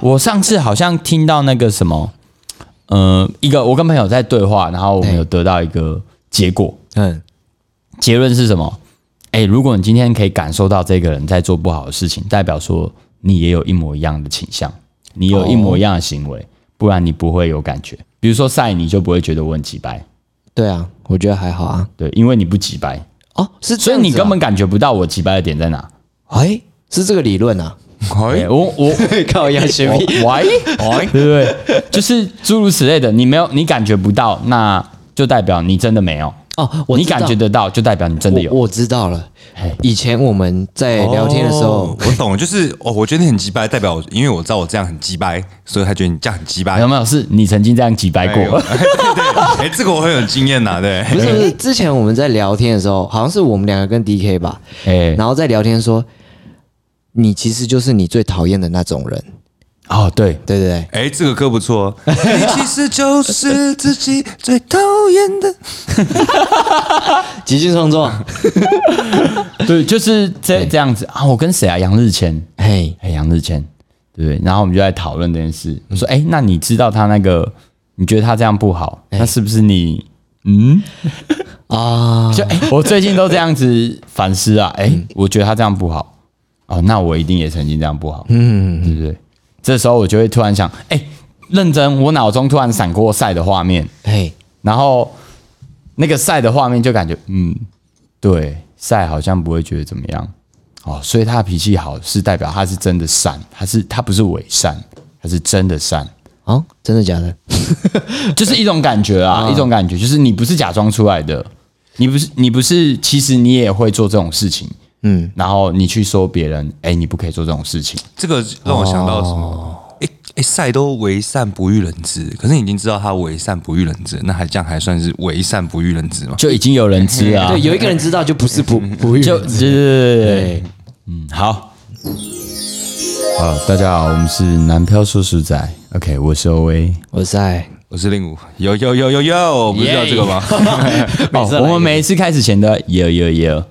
我上次好像听到那个什么，呃，一个我跟朋友在对话，然后我们对有得到一个结果，嗯，结论是什么？哎、如果你今天可以感受到这个人在做不好的事情，代表说你也有一模一样的倾向，你有一模一样的行为，不然你不会有感觉。比如说赛，你就不会觉得我很急掰，对啊，我觉得还好啊。对，因为你不急掰，哦，是这所以样子啊，你根本感觉不到我急掰的点在哪。哎，是这个理论啊。哎，我我靠，杨学我哦 why 对不对？就是诸如此类的，你没有，你感觉不到，那就代表你真的没有。哦，我你知道感觉得到，就代表你真的有。我我知道了。以前我们在聊天的时候哦，我懂，就是哦，我觉得你很鸡掰，代表因为我知道我这样很鸡掰，所以他觉得你这样很鸡哎掰。有没有？是你曾经这样急掰哎呦过？哎对对，哎，这个我很有经验呐，对。不是不是，之前我们在聊天的时候，好像是我们两个跟 DK 吧，哎，然后在聊天说，你其实就是你最讨厌的那种人，哦，对，对不对？哎，这个歌不错。你其实就是自己最讨厌的。极限创作，对，就是哎这这样子啊。我跟谁啊？杨日谦，嘿，哎，杨日谦，对不对？然后我们就在讨论这件事。嗯我说，哎，那你知道他那个？你觉得他这样不好，哎那是不是你？啊，就 哎，我最近都这样子反思啊。哎，嗯我觉得他这样不好。哦，那我一定也曾经这样不好，嗯，对不对？这时候我就会突然想，哎，认真，我脑中突然闪过赛的画面，嘿，然后那个赛的画面就感觉，嗯，对，赛好像不会觉得怎么样哦，所以他的脾气好是代表他是真的善，他是他不是伪善，他是真的善，啊，真的假的？就是一种感觉啊，一种感觉，就是你不是假装出来的，你不是你不是，其实你也会做这种事情，嗯，然后你去说别人，哎、你不可以做这种事情，这个让我想到什哦么？哎哎，赛都为善不欲人知，可是你已经知道他为善不欲人知，那还这样还算是为善不欲人知吗？就已经有人知啊，对，有一个人知道就不是不不遇，就对对对对对，嗯，好。好，大家好，我们是南漂叔叔仔。OK，我是 OA。我在我是令武，有有有有有，不是要这个吗？哦，我们每一次开始前的有有有，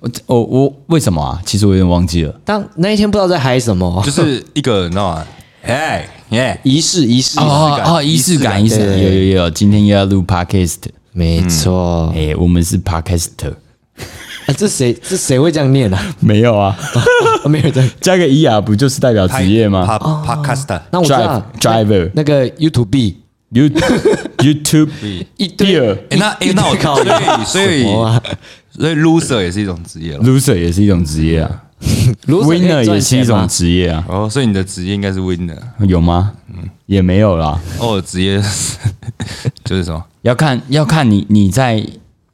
我我我为什么啊？其实我有点忘记了。当那一天不知道在嗨什么 就是一个你知道吗？哎耶，仪式仪式，哦哦，仪式感，仪式感，有有有，今天又要录 Podcast。没错，哎，我们是 Podcaster。啊这谁这谁会这样念啊？ 没有 啊，啊没有这样，加个 er 不就是代表职业吗帕帕卡斯塔，哦那我知道 Drive- driver 那那个 YouTube B ？You YouTube 一 beer 哎，那哎，那我靠所哎以什么所啊以所以 loser 也是一种职业了。 loser 也是一种职业啊 Loser 可以，winner 也哎赚是一钱种吗职业啊。哦，所以你的职业应该是 winner，有吗？也没有啦，哦，我的职业是 就是什么？要看要看你你在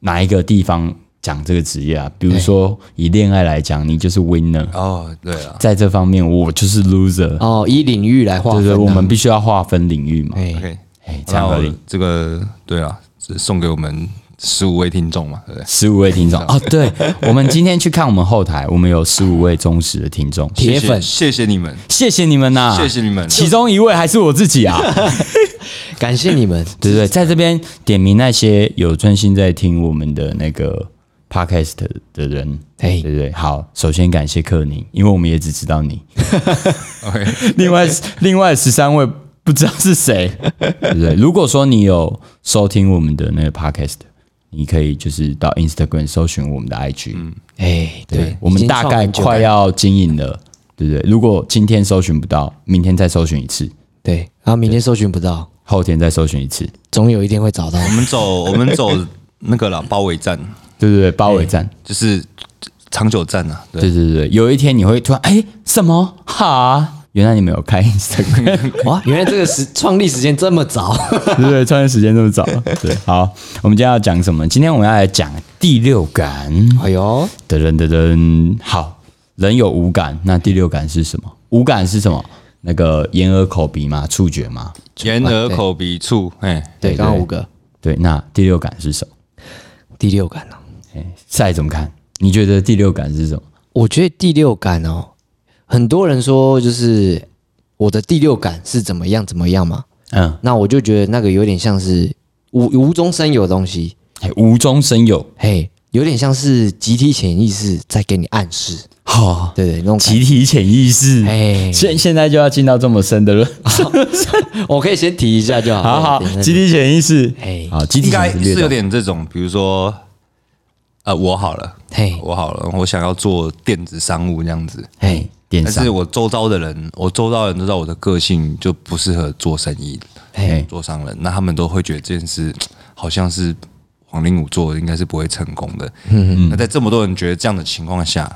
哪一个地方讲这个职业啊。比如说以恋爱来讲，你就是 winner，哦，对了，在这方面我就是 loser，哦，以领域来划就分是啊，我们必须要划分领域嘛。哎 OK，哎，这然样后合理。这个对啊，这送给我们十五位听众嘛，对不对？十五位听 众哦，对，我们今天去看我们后台，我们有十五位忠实的听众，铁粉谢谢谢谢你们，谢谢你们呐、谢谢你们。其中一位还是我自己啊，感谢你们，对不对？在这边点名那些有专心在听我们的那个 podcast 的人，哎对不对？好，首先感谢克宁，因为我们也只知道 你。 OK，另外，另外十三位不知道是谁，对不对？如果说你有收听我们的那个 podcast，你可以就是到 Instagram 搜寻我们的 IG，、哎，对，我们已经大创概很久快了要经营了，对不对？如果今天搜寻不到，明天再搜寻一次，对，然后明天搜寻不到，后天再搜寻一次，总有一天会找 到。我们走，我们走那个啦，包围战对不对？包围战。就是长久战啊，对对对对，有一天你会突然哎、什么哈？原来你们有开 Instagram，哇，原来这个时创立时间这 么早，对不对？创业时间这么早，啊对。好，我们今天要讲什么？今天我们要来讲第六感。哎呦，噔噔噔噔，好，人有五感，那第六感是什么？五感是什么？那个眼耳口鼻嘛，触觉嘛。眼耳口鼻触，哎， 对，对刚刚对五个，对，那第六感是什么？第六感哦，赛怎么看？你觉得第六感是什么？我觉得第六感哦，很多人说就是我的第六感是怎么样怎么样嘛，嗯，那我就觉得那个有点像是无无中生有的东西，哎无中生有，嘿，有点像是集体潜意识在给你暗示，好、对对，那种感哦集体潜意识，哎 现现在就要进到这么深的了。我可以先提一下就好。好好对，集，体潜意识，哎好，集体应潜该意识略是有懂点这种，比如说，呃，我好了，嘿我好了，我想要做电子商务这样子，哎电但商是，我周遭的人，我周遭的人都知道我的个性就不适合做生意，哎做商人，那他们都会觉得这件事好像是黄令武做的，应该是不会成功的。那在这么多人觉得这样的情况下，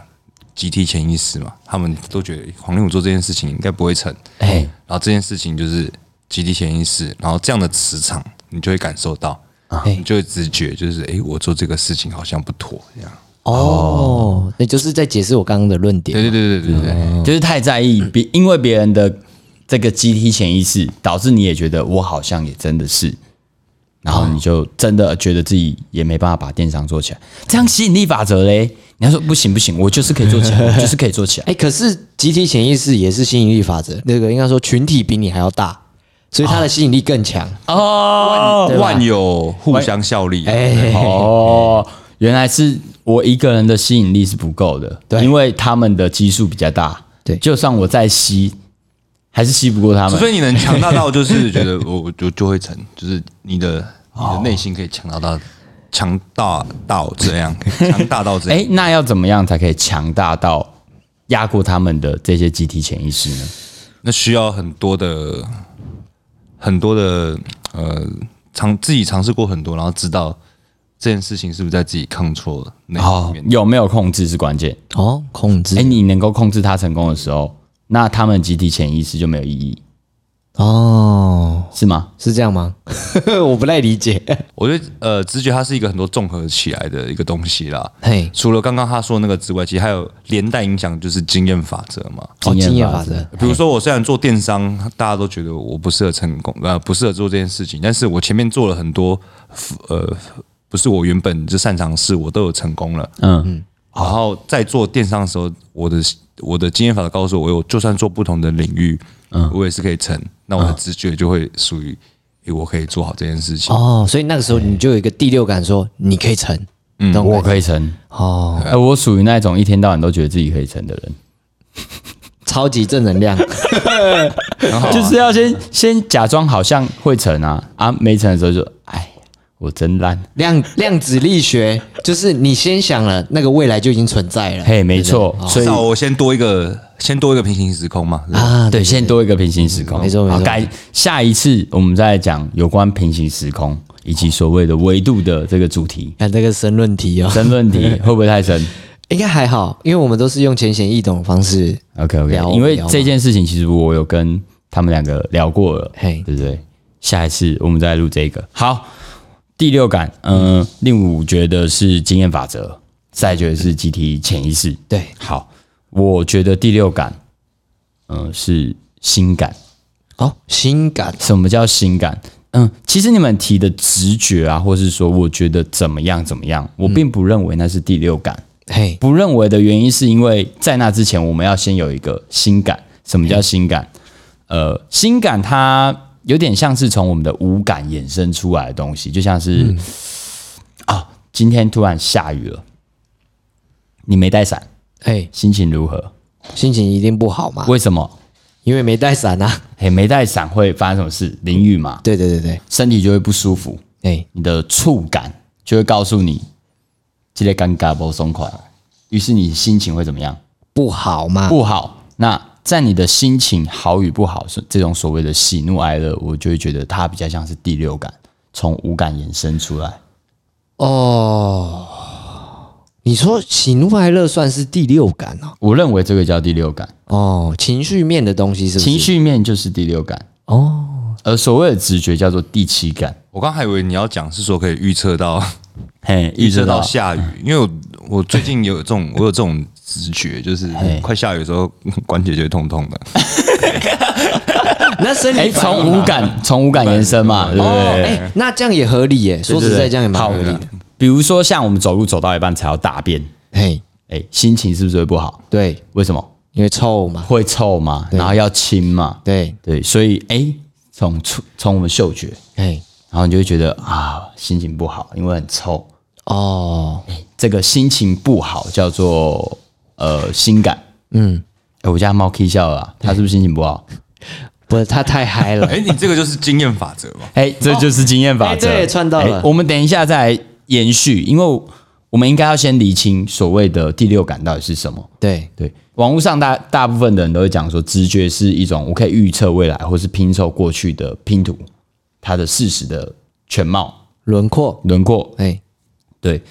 集体潜意识嘛，他们都觉得黄令武做这件事情应该不会成。哎然后这件事情就是集体潜意识，然后这样的磁场你就会感受到，哎啊你就会直觉就是，诶，我做这个事情好像不妥，这样。哦，那就是在解释我刚刚的论点。对对对对对对对，就是太在意别，因为别人的这个集体潜意识，导致你也觉得我好像也真的是，然后你就真的觉得自己也没办法把电商做起来。这样吸引力法则嘞，你要说不行不行，我就是可以做起来，我就是可以做起来。哎，可是集体潜意识也是吸引力法则，那个应该说群体比你还要大，所以它的吸引力更强。哦万有互相效力。哎，哦，原来是我一个人的吸引力是不够的，对因为他们的基数比较大，对就算我再吸，还是吸不过他除 们。非你能强大到，就是觉得我我就就会成，就是你的你的内心可以强大到强大到这样，强大到这样。哎，那要怎么样才可以强大到压过他们的这些集体潜意识呢？那需要很多的很多的呃尝自己尝试过很多，然后知道这件事情是不是在自己 control 的那里面。有没有控制是关键。哦，控哎，制你能够控制他成功的时候，那他们集体潜意识就没有意义，哦，是吗？是这样吗？ 我不太理解。我觉得呃，直觉它是一个很多综合起来的一个东西啦。嘿，除了刚刚他说那个之外，其实还有连带影响，就是经验法则嘛。哦，经验法法则则，比如说，我虽然做电商，大家都觉得我不适合成功，呃，不适合做这件事情，但是我前面做了很多，呃，不是我原本就擅长的事，我都有成功了。嗯，然后在做电商的时候，我的我的经验法则告诉我，我就算做不同的领域，我也是可以成。那我的直觉就会属于，诶我可以做好这件事情。哦，所以那个时候你就有一个第六感，说你可以成，嗯，我可以成。哦，哎，我属于那种一天到晚都觉得自己可以成的人。超级正能量， 就是要先先假装好像会成啊啊，没成的时候就哎，我真烂。量量子力学就是你先想了，那个未来就已经存在了，嘿，没错，所至以少我先多一个，先多一个平行时空嘛。对不对啊，对，先多一个平行时空，没错没错好改下一次我们再讲有关平行时空以及所谓的维度的这个主 题看这个申论题哦，争论题，会不会太 深应该还好，因为我们都是用浅显易懂的方式， ？OK OK，聊因为聊嘛这件事情其实我有跟他们两个聊过了，嘿对不对？下一次我们再录这个。好，第六感，嗯、令武觉得是经验法则，再觉得是集体潜意识，对，好，我觉得第六感，嗯、是心感。哦，心感，什么叫心感？嗯，其实你们提的直觉啊，或是说我觉得怎么样怎么样，我并不认为那是第六感。嘿，不认为的原因是因为在那之前，我们要先有一个心感。什么叫心感？呃，心感它有点像是从我们的五感衍生出来的东西，就像是、啊，今天突然下雨了，你没带伞，嘿，心情如何？心情一定不好嘛，为什么？因为没带伞啊，嘿，没带伞会发生什么事？淋雨嘛，对对对对，身体就会不舒服，嘿，你的触感就会告诉你，这类尴尬不松快，于是你心情会怎么样？不好嘛，不好。那在你的心情好与不好，是这种所谓的喜怒哀乐，我就会觉得它比较像是第六感，从五感衍生出来。哦，你说喜怒哀乐算是第六感哦，我认为这个叫第六感，哦，情绪面的东西是不是？情绪面就是第六感，哦，而所谓的直觉叫做第七感。我刚还以为你要讲是说可以预测到嘿，预测到下雨，嗯因为我我最近有这种我有这种直觉，就是快下雨的时候关节就会痛痛的。 那生哎，理反应从五感从五感延伸嘛，对不哦，对？哎，那这样也合理耶，说实在这样也蛮好合理的，比如说像我们走路走到一半才要大便，嘿，哎，心情是不是会不好？对，为什么？因为臭嘛，会臭嘛，然后要亲嘛，对，对，所以哎，从触从我们嗅觉，哎，然后你就会觉得啊，心情不好，因为很臭。哦，这个心情不好叫做呃心感。嗯，哎，我家猫 K 笑了啊，它是不是心情不好？不是他太嗨了，哎，你这个就是经验法则嘛？哎，这就是经验法则，哦哎对串到了哎我们等一下再来延续，因为我们应该要先厘清所谓的第六感到底是什么。对，对，网络上大大部分的人都会讲说，直觉是一种我可以预测未来或是拼凑过去的拼图，它的事实的全貌轮廓，轮廓。哎，对，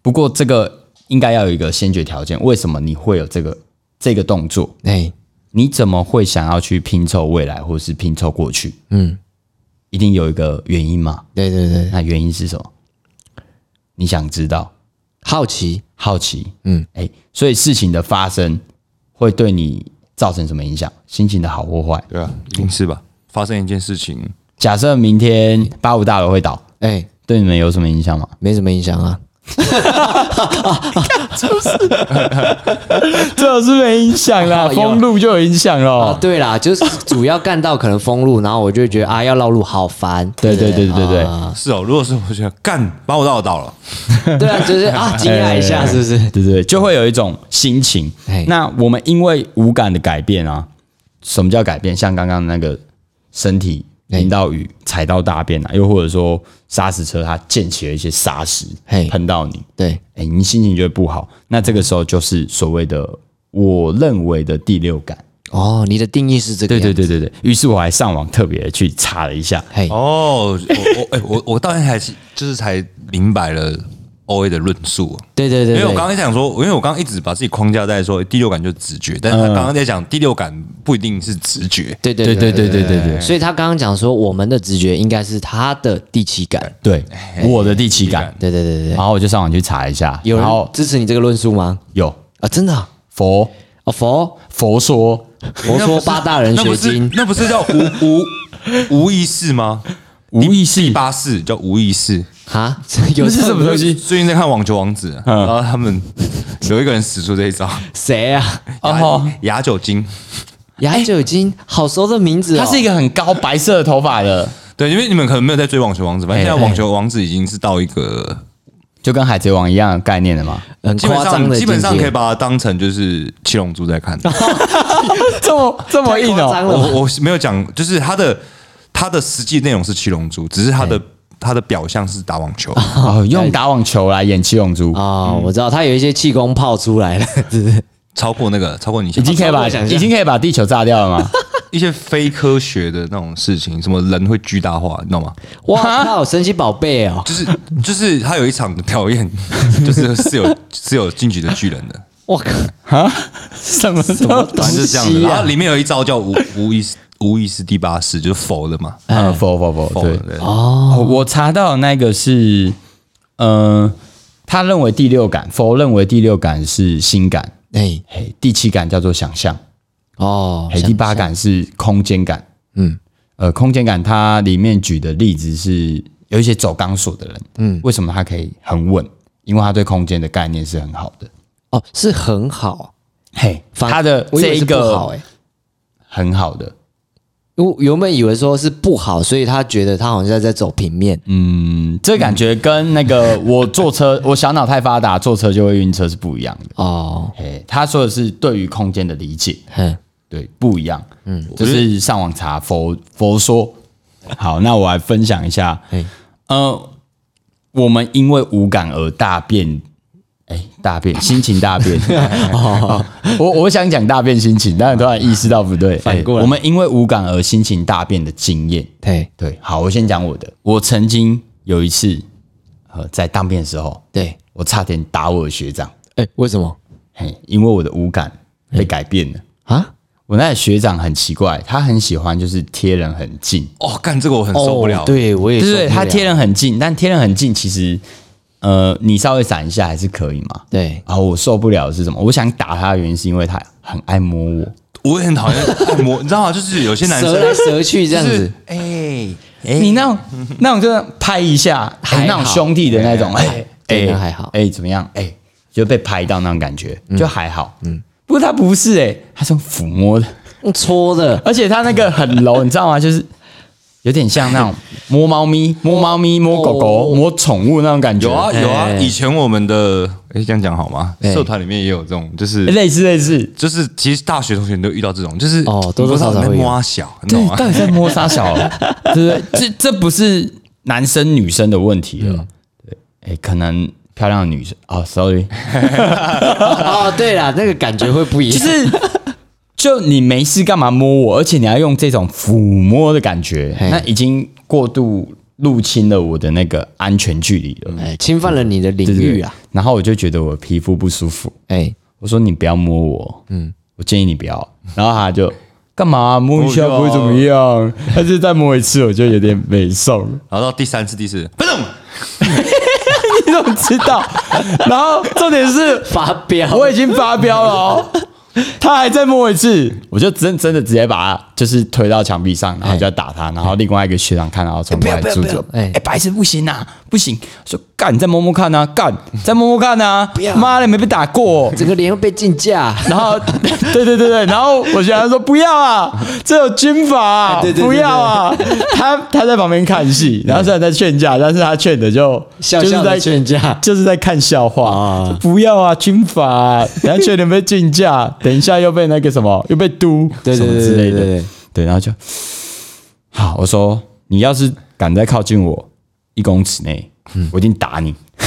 不过这个应该要有一个先决条件，为什么你会有这个这个动作？哎，你怎么会想要去拼凑未来或是拼凑过去？嗯，一定有一个原因嘛？对对对，那原因是什么？你想知道？好奇，好奇，嗯，哎、所以事情的发生会对你造成什么影响？心情的好或坏？对啊，一定是吧？发生一件事情，假设明天八五大楼会倒，哎，对你们有什么影响吗？没什么影响啊，这是没影响啦，封路就 有影哦响啊，咯。对啦，就是主要干道可能封路，然后我就会觉得啊，要绕路好烦，对对对对对啊是哦。如果是我觉得干把我绕倒了，对啊，就是啊，惊讶一 哎下，是不是？对对对，就会有一种心情哎。那我们因为五感的改变啊，什么叫改变？像刚刚那个身体淋到雨、踩到大便啊，又或者说砂石车它溅起了一些砂石嘿喷到你，对，哎、你心情就会不好。那这个时候就是所谓的我认为的第六感。哦，你的定义是这个，对对，对对对。于是我还上网特别去查了一下，嘿，哦，我我哎、我我到现在还是就是才明白了 O A 的论述、啊。对对对，因为我对刚刚想说，因为我刚刚一直把自己框架在说第六感就是直觉，但是嗯他刚刚在讲第六感不一定是直觉，对对对对对对对对所以他刚刚讲说，我们的直觉应该是他的第七感。对我的第七感。对对对对，然后我就上网去查一下，有然后人支持你这个论述吗？有啊，真的啊，佛哦佛佛说，佛那不说是八大人那学不是经，那不是叫无无无意识吗？无意识第八识叫无意识。 啊，有这是什么东西嗯最近在看《网球王子》，然后他们 有一个人使出这一招，谁啊？哦牙，牙酒精。牙酒精，好熟的名字哦。哎他是一个很高白色的头发的，对，因为你们可能没有在追《网球王子》，反正现在《哎网球王子》已经是到一个就跟海贼王一样的概念的嘛。很基本夸张上的境界，基本上可以把它当成就是七龙珠在看。 这么这么硬太夸哦，张了吧我我没有讲，就是他的他的实际内容是七龙珠，只是他的他的表象是打网球。哦，用打网球来演七龙珠，哦，我知道他有一些气功炮出来了， 是不是？超过那个，超过你已想经可以我把想一下已经可以把地球炸掉了 吗？一些非科学的那种事情，什么人会巨大化，你知道吗？哇，那有神奇宝贝哦，就是就是他有一场表演， 就是是有是有进击的巨人的，我靠，什么什么反正就是这样的。东西啊然后里面有一招叫无无意识无意识第八式，就是佛的嘛，嗯，否否否，佛对的。对哦，我查到的那个是，嗯，他认为第六感，佛认为第六感是心感，哎，嘿，第七感叫做想象，哦，嘿，第八感是空间感，嗯，呃，空间感它里面举的例子是有一些走钢索的人，嗯，为什么他可以很稳？因为他对空间的概念是很好的，哦是很好，嘿，反他的我以这为一是不好个哎。很好的，我原本以为说是不好，所以他觉得他好像在在走平面。嗯，这感觉跟那个 嗯我坐车，我小脑太发达，坐车就会晕车是不一样的。哦，诶，他说的是对于空间的理解，哼，对，不一样。嗯，就是上网查佛佛说。好，那我来分享一下嘿。呃，我们因为无感而大变，哎、大变心情大 变。哦 我我想讲大变心情，但是突然意识到不对。 哎反过来诶我们因为无感而心情大变的经验。对对，好，我先讲我的。我曾经有一次，呃，在当兵的时候，对，我差点打我的学长。哎，为什么嘿，因为我的五感被改变了。啊？我那个学长很奇怪，他很喜欢就是贴人很近，哦，干这个我很受不了。哦对我也对受对不了对，他贴人很近，但贴人很近其实，呃，你稍微闪一下还是可以嘛。对然后我受不了的是什么？我想打他的原因是因为他很爱摸我，我也很讨厌 按摩，你知道吗？就是有些男生折来折去这就样是子，哎、你那种那种就是拍一下，还好那种兄弟的那种，哎对哎那还好哎怎么样？哎，就被拍到那种感觉，就还好。嗯，不过他不是哎，他是用抚摸的。用搓的 而且他那个很柔，你知道吗？就是有点像那种摸猫咪、摸猫咪、摸狗狗、摸宠物那种感觉，哦有啊欸有啊，哎以前我们的哎这样讲好吗？哎社团里面也有这种，就是类似类似。就是其实大学同学都遇到这种，就是哦多多少少会有你不知道你在摸小，你对懂，吗？啊到底在摸啥小了？ 对不对？这这不是男生女生的问题嗯了。对，哎，可能漂亮的女生哦，sorry，哦，对了，那个感觉会不一样，就是就你没事干嘛摸我？而且你要用这种抚摸的感觉，嘿那已经过度入侵了我的那个安全距离了。哎，侵犯了你的领对域对啊，，然后我就觉得我皮肤不舒服，哎，我说你不要摸我，嗯，我建议你不要。 然后他就干嘛、摸一哦下摸不会一下怎么样，但是再摸一次我就有点没送。 然后到第三次、第四次，不懂，你怎么知道？ 然后重点是发飙，我已经发飙了、哦， 他还再摸一次，我就真真的直接把他就是推到墙壁上，然后就要打他。然后另外一个学长看到冲过来住住，哎哎，白痴不行啊，不行！说干，你再摸摸看啊，干，嗯再摸摸看啊，妈的，没被打过、哦整个脸会被竞价，然后， 对对对对，然后我学长说不要啊，这有军法、啊，哎对对对对不要啊。他他在旁边看戏，然后虽然在劝架，但是他劝的就嗯笑笑就的是在劝架，就是在看笑话，啊不要啊，军法、啊，等下劝你被竞 价，等一下又被那个什么，又被嘟，对对什么对之类对的，对对，对，然后就好，我说你要是敢再靠近我一公尺内，嗯我一定打你，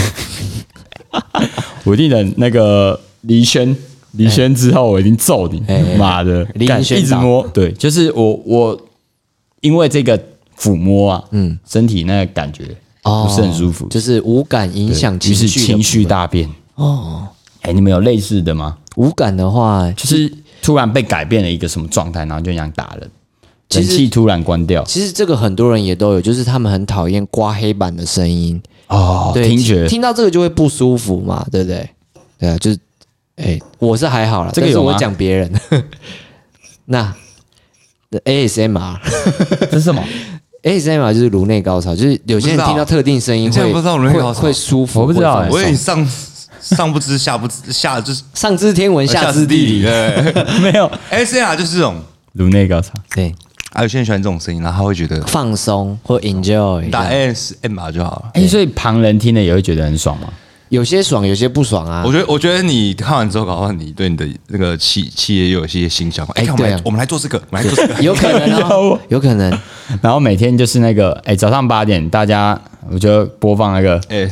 我一定等那个黎轩。黎轩之后，我一定揍你哎哎！妈的，黎干轩一直打摸，对，就是我我因为这个抚摸啊，嗯，身体那个感觉哦不是很舒服，就是无感影对响于情是绪的情绪部分大变。哦，哎，你们有类似的吗？无感的话，就是突然被改变了一个什么状态，然后就想打人，其人实气突然关掉其实这个很多人也都有，就是他们很讨厌刮黑板的声音，哦，对，听觉听听到这个就会不舒服嘛，对不对？对啊，就是，哎、我是还好了，这个但是有吗我讲别人， 那 ASMR，ASMR 这是什 么？就是颅内高潮，就是有些人不知道听到特定声音你现在会不知道颅内高潮会会舒服，我不知道会放松我以为上上不知下不知下就是上知天 文下知地理，理。 没有 S R 就是这种，颅内高潮，对，啊，有些人喜欢这种声音，然后他会觉得放松或 enjoy，打这样 S M R 就好了。哎、所以旁人听了也会觉得很爽吗？有些爽，有些不爽啊我。觉得，我觉得你看完之后，搞不好你对你的那个企企业又有一些新想法。哎，哎看我们对来啊，我们来做这个，我们来做 这个。有可 能哦，有可能，然后每天就是那个，哎、早上八点大家我就播放那个，哎，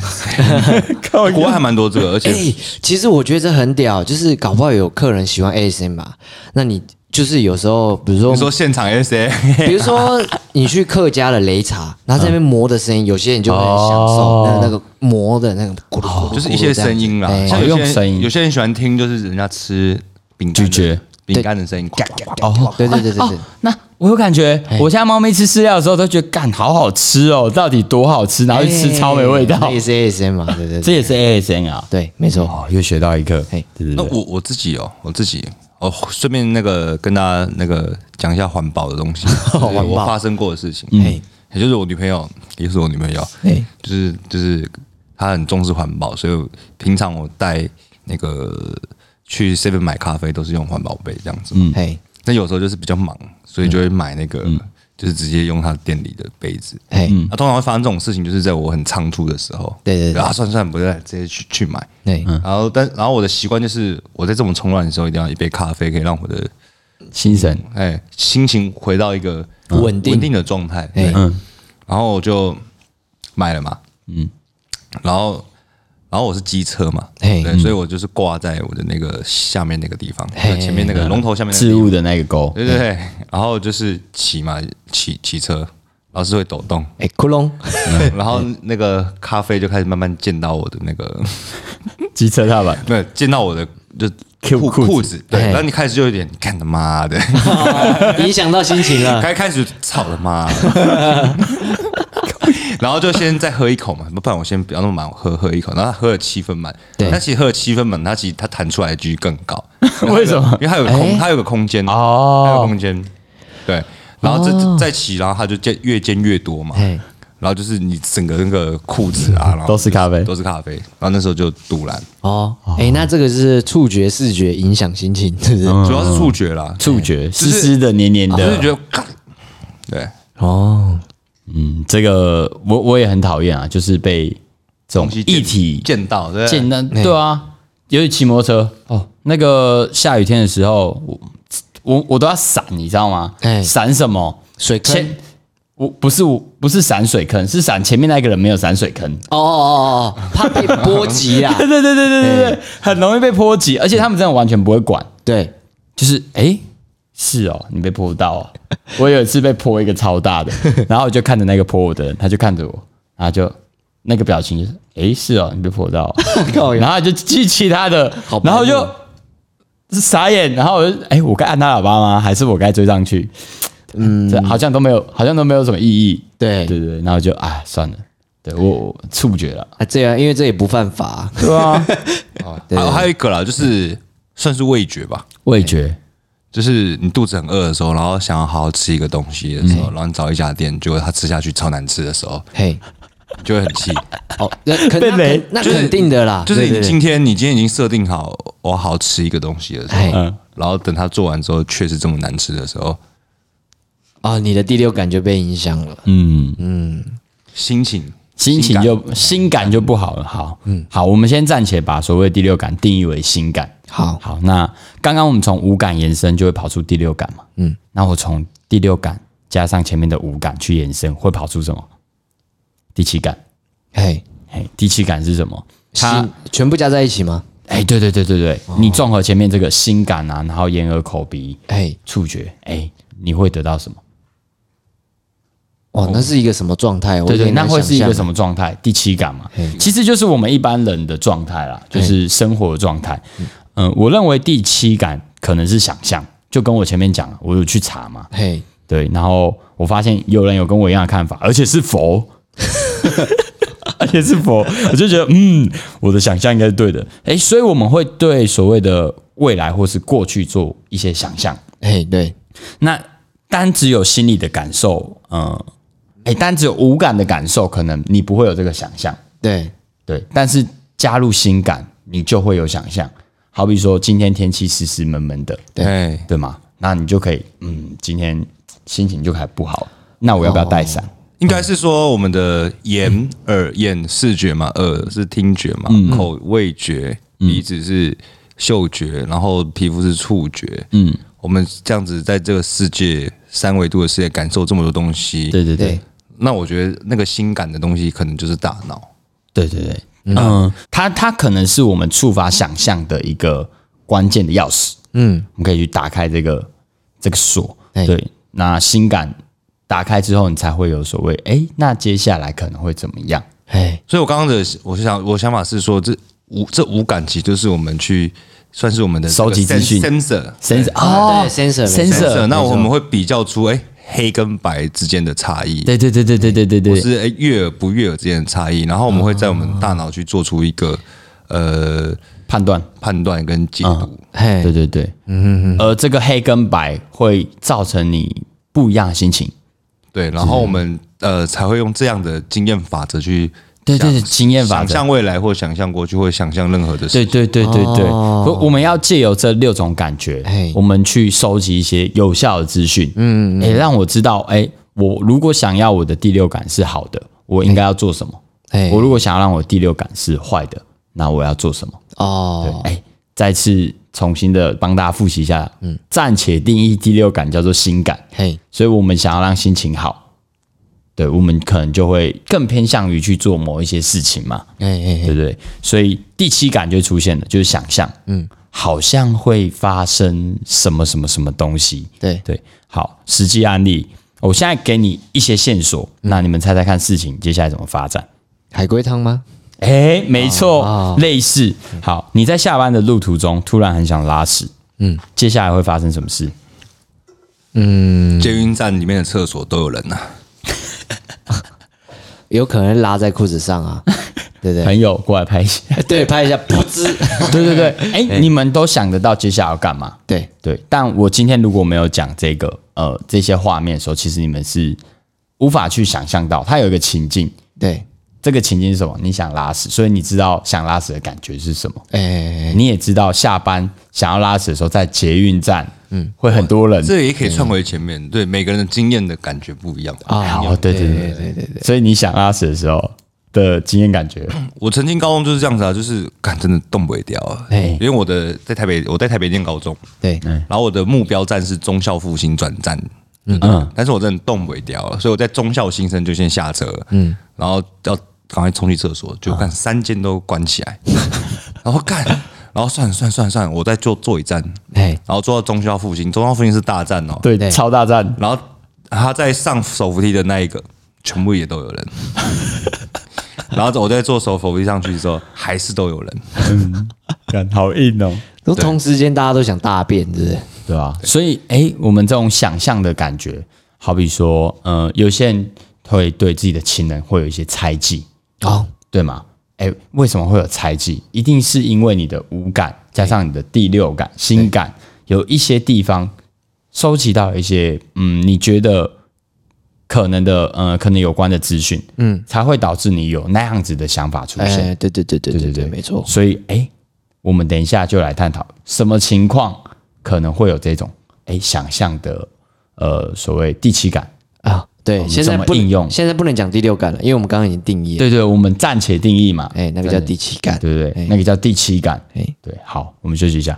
哦国外还蛮多这个，而哎、且其实我觉得这很屌，就是搞不好有客人喜欢 ASM 吧，那你就是有时候，比如说，你说现场 S A， 比如说你去客家的擂茶，然后在那边磨的声音，有些人就会很享受哦那那个磨的那个咕噜咕噜咕噜这样子，就是一些声音啊啦，哎像有些哦用声音人有些人喜欢听，就是人家吃饼干的咀嚼饼干的声音。呱呱呱哦对对对 对对，那我有感觉，哎我家猫咪吃饲料的时候都觉得，干好好吃哦，到底多好吃，然后去吃超没味道，哎那也是 ASM 嘛，对对这对，也是 ASN 啊，对，没错，哦，又学到一个，哎对对那对，我我自己哦，我自己哦，顺便那个跟大家那个讲一下环保的 东西，就是环保我发生过的事情，嗯也就是我女朋友，也就是我女朋友哎，就是就是她很重视环保，所以平常我带那个去 seven 买咖啡都是用环保杯这样子，嗯，嘿，那有时候就是比较忙，所以就会嗯买那个，就是直接用他店里的杯子。嘿，那、通常会发生这种事情，就是在我很仓促的时候，嗯对对对啊，算算，不对，直接去去买。对，然后，但然后我的习惯就是，我在这么冲乱的时候，一定要一杯咖啡，可以让我的心神哎心情回到一个稳定稳定的状态。哎对，然后我就买了嘛，嗯，然后然后我是机车嘛，嘿嗯对，所以我就是挂在我的那个下面那个地方，嘿嗯前面那个龙头下面那个地置方物的那个钩，对对对，然后就是骑嘛，骑骑车，老是会抖动，哎，窟窿，嗯 然后那个咖啡就开始慢慢溅到我的那个，机车踏板，没有溅到我的就裤裤裤子哎裤子，对，嘿然后你开始就有点干他妈 的， 影响到心情了，开开始操他 妈的，然后就先再喝一口嘛，不然我先不要那么满，我喝喝一口，然后他喝了七分满，对但其实喝了七分满，他其实他弹出来的几率更高， 为什么因？为它有个空，哎它有个空间哦它有个空间，对，然后这这再起，然后它就渐越煎越多嘛， 嘿然后就是你整个那个裤子啊，然 后都是咖啡都是咖啡，然后那时候就堵然，哦，哎，那这个是触觉、视觉影响心情，是不是？主要是触觉啦，嗯哎哦触觉，啊就是啊湿湿的、黏黏就是的，觉得，对，哦，嗯这个我我也很讨厌啊，就是被这种东西见一体见到对不对简单，对啊，尤其骑摩托车哦，那个下雨天的时候，我我我都要闪，你知道吗？哎闪什么？水坑前我不是我不是闪水坑，是闪前面那个人没有闪水坑。哦哦哦哦，怕被波及啊。对对对对对对对，很容易被波及，而且他们真的完全不会管， 对，就是哎。诶是哦，你被泼到哦。我有一次被泼一个超大的，然后我就看着那个泼我的人，他就看着我，然后就那个表情就是，哎，是哦，你被泼到哦、靠然后就记其他的，然后就傻眼，然后我就哎、我该按他喇叭吗？还是我该追上去？嗯，这好像都没有，好像都没有什么意义。对对对，然后就啊，算了，对我我触觉了，啊，这样因为这也不犯法，对啊，还有还有一个啦，就是算是味觉吧， 味觉，就是你肚子很饿的时候，然后想要好好吃一个东西的时候，然后你找一家店，结果它吃下去超难吃的时候，嘿，你就会很气。哦，那肯被那雷肯那就是肯定的啦，就是对你对对今天你今天已经设定好我好吃一个东西的时哎哦候，然后等它做完之后确实这么难吃的时候，哦，你的第六感就被影响了。嗯，心情心情感就心感就不好了。好，嗯，好，我们先暂且把所谓第六感定义为心感。好，好，那刚刚我们从五感延伸，就会跑出第六感嘛。嗯，那我从第六感加上前面的五感去延伸，会跑出什么？第七感。嘿，哎，第七感是什么？它心全部加在一起吗？哎，对对对对对，你综合前面这个心感啊，然后眼耳口鼻哎，触觉，哎，你会得到什么？哇，那是一个什么状态？哦我对对，那会是一个什么么？状态？第七感嘛，其实就是我们一般人的状态啦，就是生活的状态。嗯，我认为第七感可能是想象，就跟我前面讲，我有去查嘛，嘿，对，然后我发现有人有跟我一样的看法，而且是佛， 而且是佛，我就觉得嗯，我的想象应该是对的。诶，所以我们会对所谓的未来或是过去做一些想象。嘿，对，那单只有心理的感受，呃，诶，单只有五感的感受，可能你不会有这个想象，对，对。但是加入心感，你就会有想象。好比说今天天气湿湿闷闷的，哎，对吗？那你就可以，嗯，今天心情就开始不好，那我要不要带伞？应该是说我们的眼、耳、眼视觉嘛，耳是听觉嘛，嗯口味觉，鼻子是嗅觉，然后皮肤是触觉。嗯，我们这样子在这个世界三维度的世界感受这么多东西，对对对对，那我觉得那个心感的东西可能就是大脑。对对对，嗯，它它可能是我们触发想象的一个关键的钥匙，嗯，我们可以去打开这个这个锁。哎对，那心感打开之后，你才会有所谓，哎，那接下来可能会怎么样？嘿，所以我刚刚的我是想，我想法是说，这五这五感其实就是我们去算是我们的这个收集资讯 sensor。神啊哦对，sensor，没错 sensor， sensor，那我们会比较出哎、黑跟白之间的差异，对对对对对对对对，或是哎悦耳不悦耳之间的差异，然后我们会在我们大脑去做出一个呃判断，判断跟解读。对嘿，对对，哎嗯嗯嗯，而这个黑跟白会造成你不一样的心情，对，然后我们呃才会用这样的经验法则去对对对，想经验法想则，象未来或想象过去，或想象任何的对事。对对对对，我我们要借由这六种感觉哎，我们去收集一些有效的资讯，嗯，也让我知道，哎，我如果想要我的第六感是好的，我应该要做什么？哎我如果想要让我第六感是坏的，那我要做什么？哦，哎，再次重新的帮大家复习一下，嗯，暂且定义第六感叫做心感，嘿，所以我们想要让心情好，对我们可能就会更偏向于去做某一些事情嘛，嘿嘿嘿，对不对？所以第七感就出现了，就是想象，嗯，好像会发生什么什么什么东西。对，对，好，实际案例，我现在给你一些线索，那你们猜猜看事情接下来怎么发展？海龟汤吗？ 哎，没错，类似。好，你在下班的路途中突然很想拉屎，嗯，接下来会发生什么事？捷运站里面的厕所都有人呐、啊，有可能拉在裤子上 啊，对不对？朋友过来拍一下。对，拍一下，噗 嗤，对对对， 哎，你们都想得到接下来要干嘛？对，对，但我今天如果没有讲这个呃这些画面的时候，其实你们是无法去想象到，它有一个情境，对，这个情境是什么？你想拉屎，所以你知道想拉屎的感觉是什么。哎、哎你也知道下班想要拉屎的时候，在捷运站，嗯，会很多人。这也可以串回前面，对每个人的经验的感觉不一样啊。啊，哦，对对对对对对。所以你想拉屎的时候的经验感觉，我曾经高中就是这样子啊，就是干真的动不掉啊，哎因为我的在台北，我在台北念高中，对，哎然后我的目标站是中校复兴转站，啊嗯，但是我真的动不掉了，所以我在中校新生就先下车，嗯，然后要赶快冲去厕所，啊就看三间都关起来， 然后干，然后算了算了算了算了，我再坐坐一站，哎然后坐到中校复兴，中校复兴是大站哦，对，对超大战，然后他在上手扶梯的那一个，全部也都有 人。然后我在坐手扶梯上去的时候，还是都有人。干好硬哦，都同时间大家都想大便，是不是？对吧、所以，哎，我们这种想象的感觉，好比说，呃，有些人会对自己的亲人会有一些猜忌，哦，对吗？哎，为什么会有猜忌？一定是因为你的五感加上你的第六感、心感，有一些地方收集到一些嗯，你觉得可能的呃，可能有关的资讯，嗯，才会导致你有那样子的想法出哎、现。对对对对对对对对对，没错。所以，哎，我们等一下就来探讨什么情况可能会有这种哎想象的呃所谓第七感。啊，对，们现在哦怎么不能应用现在不能讲第六感了，因为我们刚刚已经定义了。对对，我们暂且定义嘛，哎、那个叫第七感。对不对？那个叫第七感。哎对，好，我们休息一下。